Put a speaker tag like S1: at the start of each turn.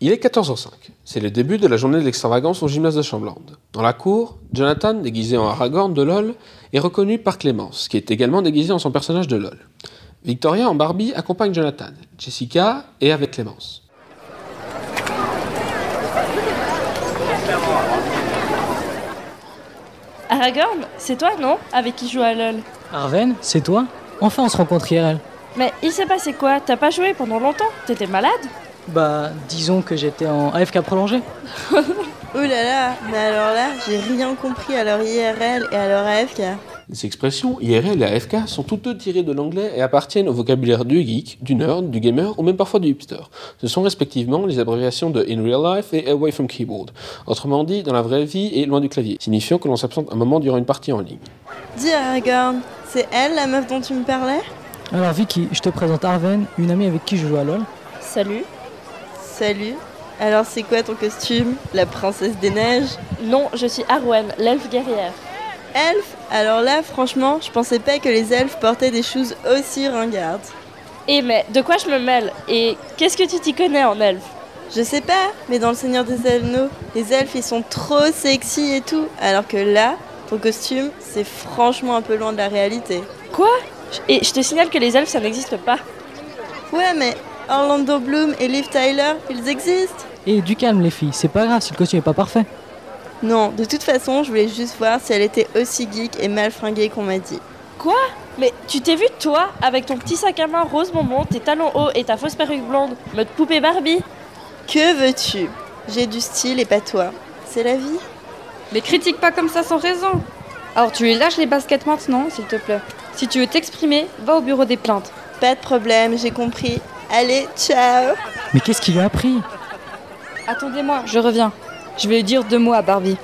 S1: Il est 14h05. C'est le début de la journée de l'extravagance au gymnase de Chamblande. Dans la cour, Jonathan, déguisé en Aragorn de LOL, est reconnu par Clémence, qui est également déguisée en son personnage de LOL. Victoria en Barbie accompagne Jonathan, Jessica est avec Clémence.
S2: Aragorn, c'est toi, non Avec qui joue à LOL
S3: Arven, c'est toi Enfin, on se rencontre IRL.
S2: Mais il s'est passé quoi T'as pas joué pendant longtemps T'étais malade
S3: Bah, disons que j'étais en AFK prolongé.
S4: Oh là là, mais alors là, j'ai rien compris à leur IRL et à leur AFK.
S1: Les expressions IRL et AFK sont toutes deux tirées de l'anglais et appartiennent au vocabulaire du geek, du nerd, du gamer ou même parfois du hipster. Ce sont respectivement les abréviations de In Real Life et Away from Keyboard, autrement dit dans la vraie vie et loin du clavier, signifiant que l'on s'absente un moment durant une partie en ligne.
S4: Dis Aragorn, c'est elle la meuf dont tu me parlais
S3: Alors, Vicky, je te présente Arven, une amie avec qui je joue à LoL.
S2: Salut.
S4: Salut. Alors c'est quoi ton costume La princesse des neiges
S2: Non, je suis Arwen, l'elfe guerrière.
S4: Elfe Alors là, franchement, je pensais pas que les elfes portaient des choses aussi ringardes.
S2: Et Eh, mais, de quoi je me mêle Et qu'est-ce que tu t'y connais en elfe
S4: Je sais pas, mais dans le Seigneur des Anneaux, les elfes ils sont trop sexy et tout, alors que là, ton costume, c'est franchement un peu loin de la réalité.
S2: Quoi Et je te signale que les elfes, ça n'existe pas.
S4: Ouais, mais Orlando Bloom et Liv Tyler, ils existent
S3: Et du calme, les filles, c'est pas grave si le costume est pas parfait.
S4: Non, de toute façon, je voulais juste voir si elle était aussi geek et mal fringuée qu'on m'a dit.
S2: Mais tu t'es vu, toi, avec ton petit sac à main rose bonbon, tes talons hauts et ta fausse perruque blonde, mode poupée Barbie
S4: Que veux-tu J'ai du style et pas toi. C'est la vie
S5: Mais critique pas comme ça sans raison. Alors tu les lâches les baskets maintenant, s'il te plaît. Si tu veux t'exprimer, va au bureau des plaintes.
S4: Pas de problème, j'ai compris. Allez, ciao
S3: Mais qu'est-ce qu'il lui a appris
S5: Attendez-moi, je reviens. Je vais lui dire deux mots à Barbie.